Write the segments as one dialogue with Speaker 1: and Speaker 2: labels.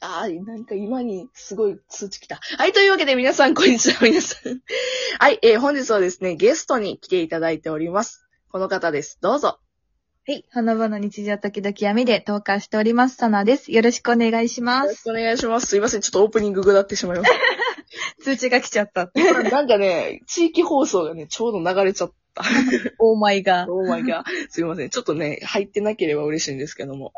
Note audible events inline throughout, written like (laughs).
Speaker 1: あー、なんか今にすごい通知来た。はい、というわけで皆さん、こんにちは、皆さん。 (laughs) はい、えー本日はですね、ゲストに来ていただいております。この方です。どうぞ。
Speaker 2: はい。花場の日常時々闇で投下しております。サナです。よろしくお願いし
Speaker 1: よ
Speaker 2: ま
Speaker 1: ろし
Speaker 2: す。
Speaker 1: くお願いします。すいません、ちょっとオープニング下ってしまいまし
Speaker 2: 通知が来ち
Speaker 1: (laughs)
Speaker 2: ゃった。
Speaker 1: た。なんかね、地域放送がね、ちょうど流れちゃった。
Speaker 2: オーマイが。
Speaker 1: オーマイ (laughs) ガー。すいません。ちょっとね、入ってなければ嬉しいんですけども。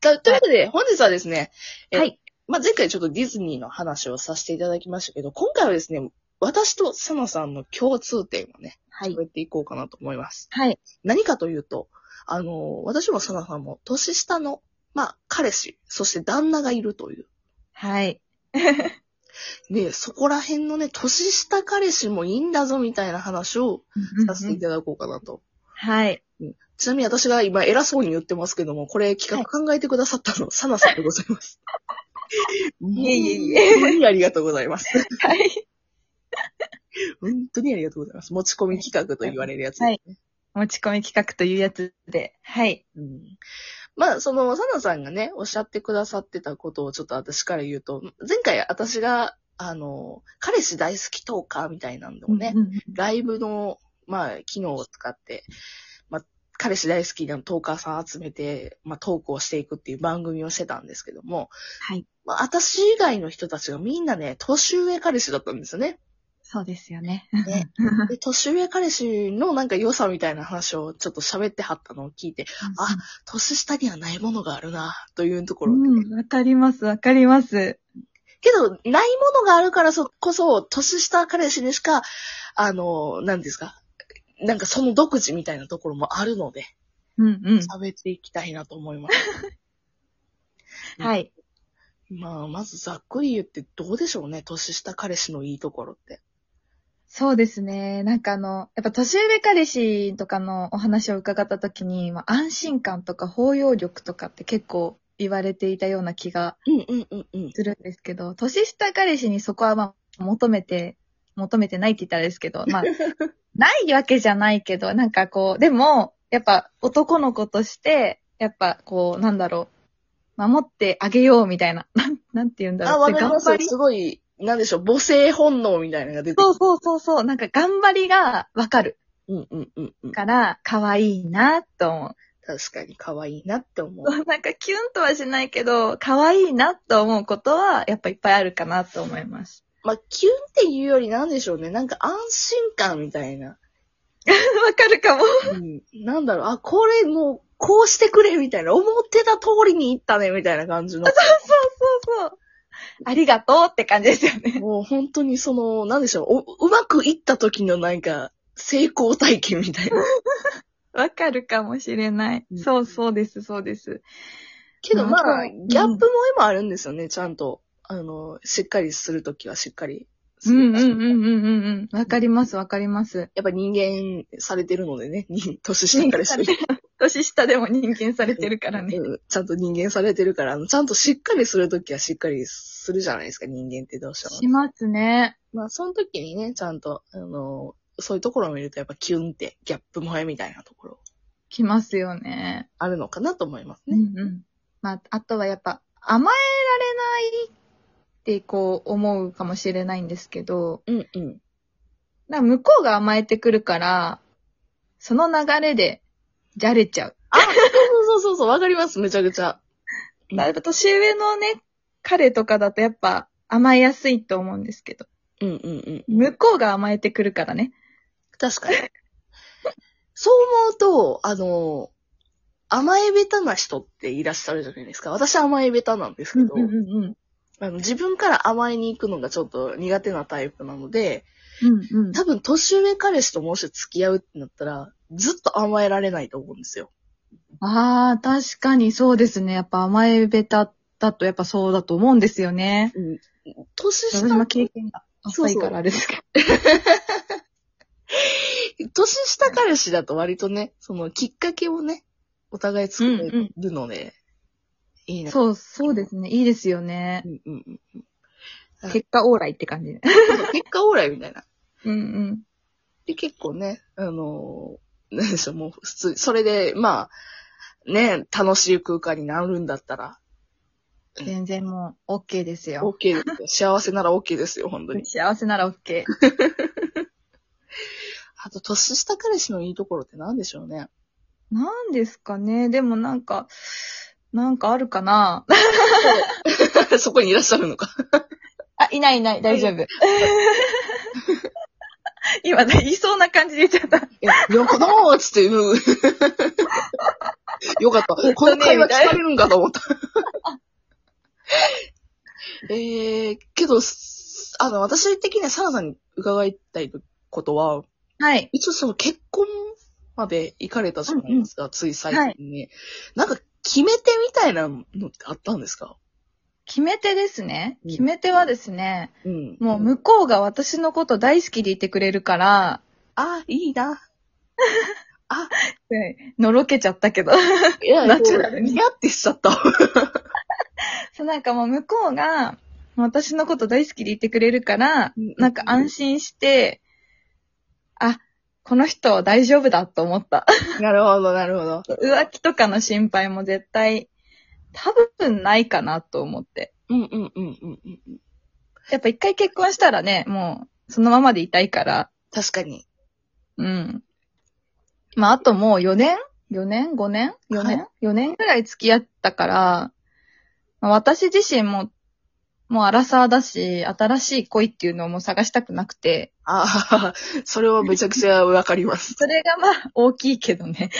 Speaker 1: だというわけで、本日はですね、え
Speaker 2: はい。
Speaker 1: まあ、前回ちょっとディズニーの話をさせていただきましたけど、今回はですね、私とサナさんの共通点をね、
Speaker 2: はい
Speaker 1: 喋。っていこうかなと思います。
Speaker 2: はい。
Speaker 1: 何かというと、あの、私もサナさんも年下の、まあ、彼氏、そして旦那がいるという。
Speaker 2: はい。
Speaker 1: ね、そこら辺のね、年下彼氏もいいんだぞみたいな話をさせていただこうかなと。
Speaker 2: はい。
Speaker 1: ちなみに私が今偉そうに言ってますけども、これ企画考えてくださったの、サナさんでございます。い
Speaker 2: いえいえいえ
Speaker 1: 本当にありがとうございます。
Speaker 2: はい。
Speaker 1: 本当にありがとうございます。持ち込み企画と言われるやつ、
Speaker 2: はい持ち込み企画というやつで。はい。
Speaker 1: うんまあ、その、サナさんがね、おっしゃってくださってたことをちょっと私から言うと、前回私が、あの、彼氏大好きトーカーみたいなんでもね、
Speaker 2: うんうん
Speaker 1: ライブの、まあ、機能を使って、まあ、彼氏大好きなトーカーさん集めて、まあ、トークをしていくっていう番組をしてたんですけども、
Speaker 2: はい。
Speaker 1: まあ、私以外の人たちがみんなね、年上彼氏だったんですよね。
Speaker 2: そうですよね。
Speaker 1: ねで、年上彼氏のなんか良さみたいな話をちょっと喋ってはったのを聞いて、あ年下にはないものがあるな、というとこ
Speaker 2: う
Speaker 1: ろで、
Speaker 2: ん。わかります。わかります。
Speaker 1: けど、ないものがあるからそこそ、年下彼氏にしか、あの、何ですか、なんかその独自みたいなところもあるので、
Speaker 2: うんう
Speaker 1: 喋っていきたいなと思います。 (laughs)
Speaker 2: ん。はい。
Speaker 1: まあ、まずざっくり言ってどうでしょうね、年下彼氏のいいところって。
Speaker 2: そうですね。なんかあの、やっぱ年上彼氏とかのお話を伺った時に、まあ、安心感とか包容力とかって結構言われていたような気が
Speaker 1: うんうんうんうん。
Speaker 2: するんですけど、年下彼氏にそこはまあ求めて、求めてないって言ったらあれです
Speaker 1: (laughs)
Speaker 2: けど、まあ、ないわけじゃないけど、なんかこう、でも、やっぱ男の子として、やっぱこう、なんだろう、守ってあげようみたいな、 (laughs) なん、なんて言うんだ
Speaker 1: あ、
Speaker 2: ろう。
Speaker 1: わ
Speaker 2: で
Speaker 1: かります
Speaker 2: 頑張り
Speaker 1: すごい、なんでしょう、母性本能みたいなのが出て
Speaker 2: そう
Speaker 1: く
Speaker 2: そうそうそう、なんか頑張りがわかる
Speaker 1: る。うんうんうんうん。
Speaker 2: から、可愛いな、と思う。 (laughs)
Speaker 1: 確かに可愛いなって思う。
Speaker 2: なんかキュンとはしないけど、可愛いな、と思うことは、やっぱいっぱいあるかなと思います。 (laughs)
Speaker 1: まあ、キュンっていうよりなんでしょうね、なんか安心感みたいな。
Speaker 2: わかるかも。
Speaker 1: うんなんだろう、あ、これもう、こうしてくれみたいな、思ってた通りに行ったねみたいな感じの。
Speaker 2: そうそう。ありがとうって感じですよね。
Speaker 1: もう本当にその、なんでしょう、おうまくいった時のなんか、成功体験みたいな。
Speaker 2: (laughs) わかるかもしれない。
Speaker 1: うん
Speaker 2: そうそうです、そうです。
Speaker 1: けどま
Speaker 2: な
Speaker 1: あ、
Speaker 2: ん
Speaker 1: ギ
Speaker 2: か
Speaker 1: ャップも今あるんですよね、ちゃんと。あの、しっかりするときはしっかりす
Speaker 2: う
Speaker 1: る。
Speaker 2: んうんうんうんうんうん。わかります、わかります。
Speaker 1: やっぱ人間されてるのでね、人年下からして
Speaker 2: 年下でも人間されてるからね。
Speaker 1: うんちゃんと人間されてるから、あのちゃんとしっかりするときはしっかりするじゃないですか、人間ってどうしても
Speaker 2: し。ますね。
Speaker 1: まあ、その時にね、ちゃんと、あの、そういうところを見ると、やっぱキュンって、ギャップ萌えみたいなところ、
Speaker 2: きますよね。
Speaker 1: あるのかなと思います
Speaker 2: う
Speaker 1: ね。
Speaker 2: んうん。まあ、あとはやっぱ甘えられないってこう思うかもしれないんですけど、
Speaker 1: うん、うん。
Speaker 2: なんか向こうが甘えてくるから、その流れでじゃれちゃう。
Speaker 1: あ、そうそうそうそう、わかります、めちゃくちゃ。うん
Speaker 2: だいぶ年上のね、彼とかだとやっぱ甘えやすいと思うんですけど、
Speaker 1: うん、うん、うん。
Speaker 2: 向こうが甘えてくるからね。
Speaker 1: 確かに。そう思うと、あの、甘えべたな人っていらっしゃるじゃないですか。私甘えべたなんですけど、
Speaker 2: うん
Speaker 1: あの自分から甘えに行くのがちょっと苦手なタイプなので、
Speaker 2: うん。
Speaker 1: 多分年上彼氏ともし付き合うってなったら、ずっと甘えられないと思うんですよ。
Speaker 2: ああ、確かにそうですね。やっぱ甘えべただとやっぱそうだと思うんですよね。
Speaker 1: うん年
Speaker 2: 私
Speaker 1: 下、
Speaker 2: も経験が
Speaker 1: そうそう
Speaker 2: 浅いからあれですけど。
Speaker 1: 年下彼氏だと割とね、そのきっかけをね、お互い作れるので、いいな。
Speaker 2: そう、そうですね。いいですよね
Speaker 1: う。んうんうんうん
Speaker 2: 結果オーライって感じ。
Speaker 1: 結果オーライみたいな。
Speaker 2: うんうん。
Speaker 1: で、結構ね、あのーなんでしょう、もう普通に、それで、まあ、ね、楽しい空間になるんだったら、
Speaker 2: 全然もう、OK ですよ。
Speaker 1: OK ですよ。幸せなら OK ですよ、本当に。
Speaker 2: 幸せなら OK。
Speaker 1: あと、年下彼氏のいいところって何でしょうね。 (laughs)
Speaker 2: なんですかね。でもなんか、なんかあるかな
Speaker 1: そこにいらっしゃるのか。
Speaker 2: あ、いないいない、大丈夫。 (laughs) 今、言いそうな感じで言っちゃった。
Speaker 1: え、よかったーっつって、うん (laughs) よかった。
Speaker 2: ね
Speaker 1: この会話聞かれるんかと思った。 (laughs) えー、けど、すあの、私的にはサラさんに伺いたいことは、
Speaker 2: はい。
Speaker 1: 一応その結婚まで行かれたじゃないですか、つい最近に、なんか決め手みたいなのってあったんですか
Speaker 2: 決め手ですね。
Speaker 1: うん
Speaker 2: 決め手はですね、
Speaker 1: うん。
Speaker 2: もう向こうが私のこと大好きでいてくれるから、
Speaker 1: あ、いいな。
Speaker 2: のろけちゃったけど。 (laughs)
Speaker 1: いや
Speaker 2: ナチュラルに
Speaker 1: 似合ってしちゃった。
Speaker 2: そう、なんかもう向こうが、私のこと大好きでいてくれるから、 (laughs) なんか安心して、あ、この人は大丈夫だと思った。
Speaker 1: (laughs)
Speaker 2: (laughs)
Speaker 1: なるほど、なるほど。
Speaker 2: 浮気とかの心配も絶対、多分ないかなと思って。
Speaker 1: うんうんうんうんうん。
Speaker 2: やっぱ一回結婚したらね、もう、そのままでいたいから、
Speaker 1: 確かに。
Speaker 2: うん。まあ、あともう4年 ?4 年 ?5 年 ?4 年、?4 年ぐらい付き合ったから、まあ私自身も、もうアラサーだし、新しい恋っていうのをもう探したくなくて、
Speaker 1: ああ、それはめちゃくちゃわかります。
Speaker 2: それがまあ大きいけどね。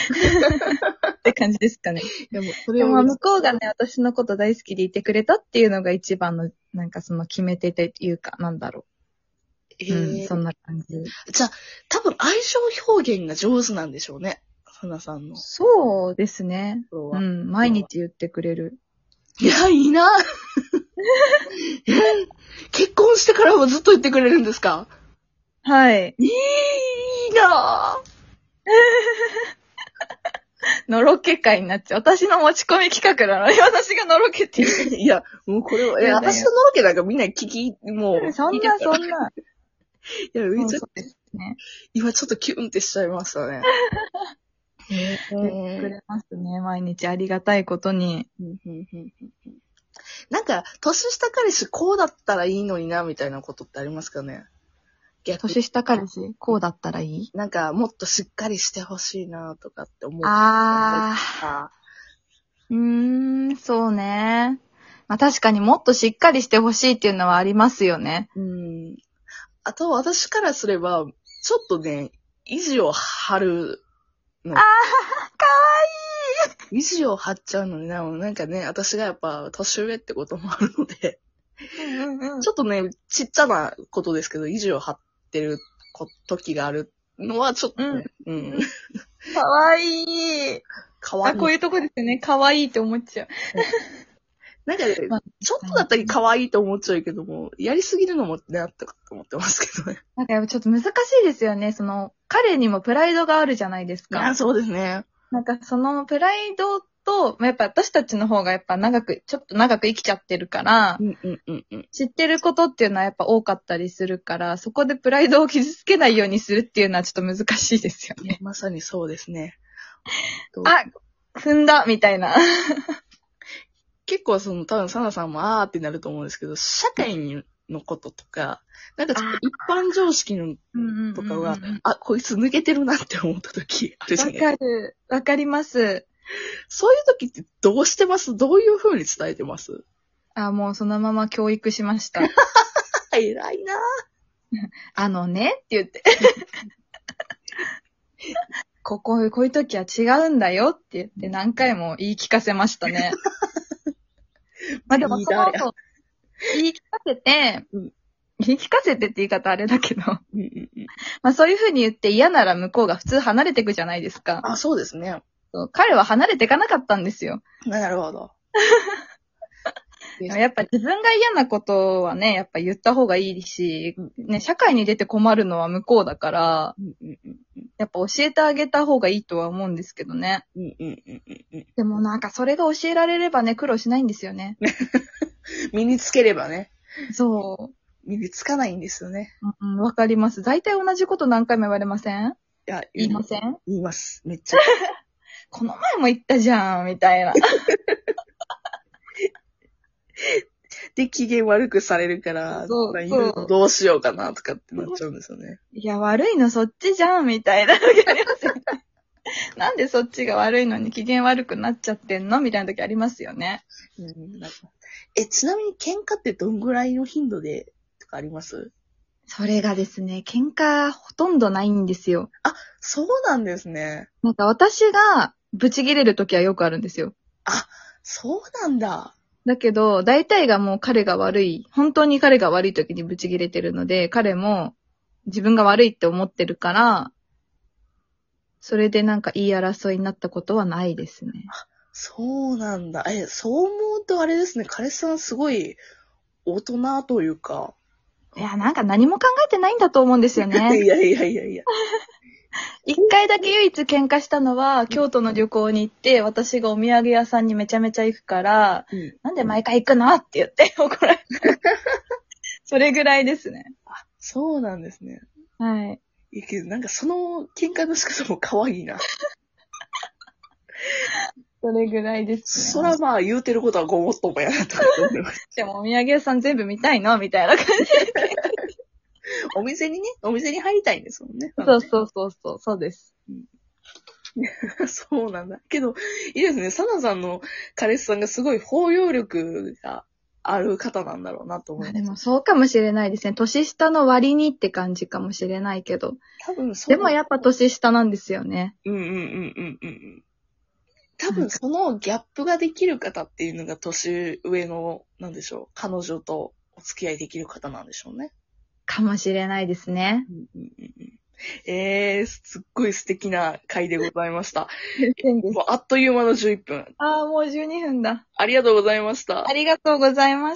Speaker 2: って感じですか (laughs) ね。
Speaker 1: (laughs) でも、そ
Speaker 2: で
Speaker 1: れ
Speaker 2: もまあ
Speaker 1: は、
Speaker 2: 向こうがね、私のこと大好きでいてくれたっていうのが一番の、なんかその決め手というか、なんだろ
Speaker 1: え
Speaker 2: う。うん、
Speaker 1: ー
Speaker 2: そんな感じ。
Speaker 1: 多分愛情表現が上手なんでしょうね。花さんのと
Speaker 2: そうですね。
Speaker 1: ころ
Speaker 2: う
Speaker 1: は。
Speaker 2: ん、毎日言ってくれる。
Speaker 1: いや、いいな (laughs) 結婚してからもずっと言ってくれるんですか
Speaker 2: はい。
Speaker 1: いいな
Speaker 2: のろけ会になっちゃう。私の持ち込み企画なのに、私がのろけって言う。
Speaker 1: (laughs) いや、もうこれは、いや、
Speaker 2: いやだよ
Speaker 1: 私のロケなんかみんな聞き、もう。
Speaker 2: そんな、そんな。
Speaker 1: いや、
Speaker 2: そう
Speaker 1: めちゃ
Speaker 2: そうですね。
Speaker 1: 今ちょっとキュンってしちゃいましたね。 (laughs) えー
Speaker 2: 言ってくれますね。毎日ありがたいことに。
Speaker 1: うんうんうんうんうんなんか、年下彼氏こうだったらいいのにな、みたいなことってありますかね逆に。
Speaker 2: 年下彼氏、こうだったらいい
Speaker 1: なんか、もっとしっかりしてほしいな、とかって思う。
Speaker 2: あ
Speaker 1: あ。
Speaker 2: ー。うーん、そうね。まあ確かにもっとしっかりしてほしいっていうのはありますよね。
Speaker 1: うん。あと、私からすれば、ちょっとね、意地を張るの。ああ、かわいい意地を張っちゃうのにな、なんかね、私がやっぱ、年上ってこともあるので。
Speaker 2: うんうんうん
Speaker 1: ちょっとね、ちっちゃなことですけど、意地を張ってるこ時があるのは、ちょっとね、うん、
Speaker 2: んかわいい。
Speaker 1: かわい
Speaker 2: あ、
Speaker 1: い。
Speaker 2: こういうとこですよね。かわいいって思っちゃう。
Speaker 1: なんか、
Speaker 2: まあ
Speaker 1: ちょっとだったり可愛いと思っちゃうけども、やりすぎるのもな、とか思ってますけどね。
Speaker 2: なんかやっぱちょっと難しいですよね。その、彼にもプライドがあるじゃないですか。
Speaker 1: そうですね。
Speaker 2: なんかそのプライドと、まあやっぱ私たちの方がやっぱ長く、ちょっと長く生きちゃってるから
Speaker 1: う、んうんうんうん。
Speaker 2: 知ってることっていうのはやっぱ多かったりするから、そこでプライドを傷つけないようにするっていうのはちょっと難しいですよ
Speaker 1: いや
Speaker 2: ね。
Speaker 1: まさにそうですね。
Speaker 2: あ踏んだみたいな。
Speaker 1: 結構その、多分サナさんもあーってなると思うんですけど、社会のこととか、なんかちょっと一般常識の、とかは
Speaker 2: うんうんうんうん
Speaker 1: あ、こいつ抜けてるなって思った時あるじゃないですか
Speaker 2: わかる。わかります。
Speaker 1: そういう時ってどうしてますどういう風に伝えてます
Speaker 2: あ、もうそのまま教育しました。
Speaker 1: 偉いな
Speaker 2: あのねって言って。 (laughs) ここ、こういう時は違うんだよって言って何回も言い聞かせまし
Speaker 1: (laughs)
Speaker 2: たね。まあでもその
Speaker 1: リーダ
Speaker 2: 後、言い聞かせて、
Speaker 1: うん
Speaker 2: 言い聞かせてって言い方あれだけど、 (laughs) ま
Speaker 1: うんうんうん。
Speaker 2: あそういう風に言って嫌なら向こうが普通離れてくじゃないですか。
Speaker 1: あ、そうですね。
Speaker 2: そう彼は離れていかなかったんですよ。
Speaker 1: なるほど。
Speaker 2: でもやっぱ自分が嫌なことはね、やっぱ言った方がいいし、ね、社会に出て困るのは向こうだから、
Speaker 1: うんうんうん
Speaker 2: やっぱ教えてあげた方がいいとは思うんですけどね。
Speaker 1: うんうんうんうんうん。
Speaker 2: でもなんかそれが教えられればね、苦労しないんですよ (laughs) ね。
Speaker 1: 身につければね。
Speaker 2: そ
Speaker 1: 身につかないんですよね。
Speaker 2: う。うん、わかります。大体同じこと何回も言われません
Speaker 1: いや、
Speaker 2: 言いませ
Speaker 1: ん。
Speaker 2: ん
Speaker 1: 言います。めっちゃ。
Speaker 2: (laughs) この前も言ったじゃん、みたいな。
Speaker 1: で、機嫌悪くされるから、
Speaker 2: そう
Speaker 1: なん
Speaker 2: そう
Speaker 1: かどうしようかなとかってなっちゃうんですよね。
Speaker 2: いや、悪いのそっちじゃん、みたいな時ありますよね。なんでそっちが悪いのに機嫌悪くなっちゃってんのみたいな時ありますよね。
Speaker 1: うんなんかえ、ちなみに喧嘩ってどんぐらいの頻度でとかあります
Speaker 2: それがですね、喧嘩ほとんどないんですよ。
Speaker 1: そうなんですね。
Speaker 2: なんか私がブチギレる時はよくあるんですよ。
Speaker 1: そうなんだ。
Speaker 2: だけど、大体がもう彼が悪い、本当に彼が悪い時にブチギレてるので、彼も自分が悪いって思ってるから、それでなんか言い争いになったことはないですね。
Speaker 1: そうなんだ。え、そう思うとあれですね、彼氏さんすごい大人というか。
Speaker 2: いや、なんか何も考えてないんだと思うんですよね。
Speaker 1: (laughs) いやいやいやいや。
Speaker 2: (laughs) 一回だけ唯一喧嘩したのは、京都の旅行に行って、私がお土産屋さんにめちゃめちゃ行くから、
Speaker 1: うん
Speaker 2: なんで毎回行くのって言って (laughs) 怒られた。それぐらいですね。
Speaker 1: そうなんですね。
Speaker 2: はい。
Speaker 1: いやけど、なんかその喧嘩の仕方も可愛いな。
Speaker 2: それぐらいですね。
Speaker 1: そらまあ言うてることはごもっともやなとか思います。
Speaker 2: でもお土産屋さん全部見たいのみたいな感じ。
Speaker 1: お店にね、お店に入りたいんですもんね。
Speaker 2: そうそうそうそう、そうです。
Speaker 1: (laughs) そうなんだ。けど、いいですね。サナさんの彼氏さんがすごい包容力がある方なんだろうなと思
Speaker 2: まあ
Speaker 1: う。
Speaker 2: でもそうかもしれないですね。年下の割にって感じかもしれないけど。
Speaker 1: 多分そ
Speaker 2: で
Speaker 1: の
Speaker 2: もやっぱ年下なんですよね。
Speaker 1: うんうんうんうんうんうん。多分そのギャップができる方っていうのが年上の、なんでしょう、彼女とお付き合いできる方なんでしょうね。
Speaker 2: かもしれないですね。 (laughs)
Speaker 1: うんうんうんうんえー、すっごい素敵な回でございました。もうあっという間の11分。
Speaker 2: ああ、もう12分だ。
Speaker 1: ありがとうございました
Speaker 2: あ。りがとうございました。